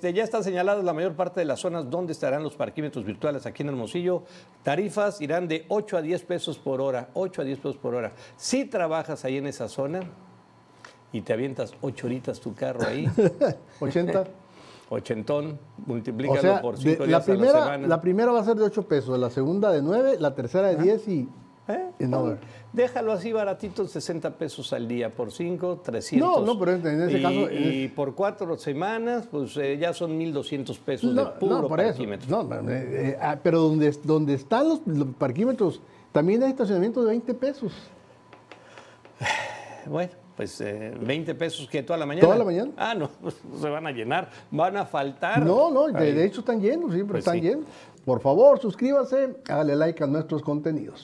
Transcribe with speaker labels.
Speaker 1: Este, Ya están señaladas la mayor parte de las zonas donde estarán los parquímetros virtuales aquí en Hermosillo. Tarifas irán de 8 a 10 pesos por hora, 8 a 10 pesos por hora. Si trabajas ahí en esa zona y te avientas 8 horitas tu carro ahí,
Speaker 2: 80.
Speaker 1: ochentón, multiplícalo
Speaker 2: O sea,
Speaker 1: por
Speaker 2: de-
Speaker 1: 5 días
Speaker 2: la, primera,
Speaker 1: a la semana. Ah.
Speaker 2: la, primera va a ser de 8 pesos, la segunda de 9, la tercera de 10 y...
Speaker 1: ¿Eh?
Speaker 2: y no, pues
Speaker 1: Déjalo así baratito, 60 pesos al día por 5, 300.
Speaker 2: No, no, pero en- en ese
Speaker 1: y,
Speaker 2: caso, en
Speaker 1: Y por cuatro semanas, pues eh, ya son 1.200 pesos Pues de
Speaker 2: no,
Speaker 1: puro
Speaker 2: no, por eso.
Speaker 1: parquímetro.
Speaker 2: No, no, eh, eh, ah, pero donde, donde están los, los parquímetros, también hay estacionamiento de 20 pesos.
Speaker 1: Bueno, pues eh, 20 pesos que toda la mañana.
Speaker 2: ¿Toda la mañana?
Speaker 1: Ah, no, se van a llenar, van a faltar.
Speaker 2: No, no,
Speaker 1: Ahí.
Speaker 2: de, de hecho están llenos, siempre
Speaker 1: Pues
Speaker 2: están
Speaker 1: sí.
Speaker 2: llenos. Por favor, suscríbase, hágale like a nuestros contenidos.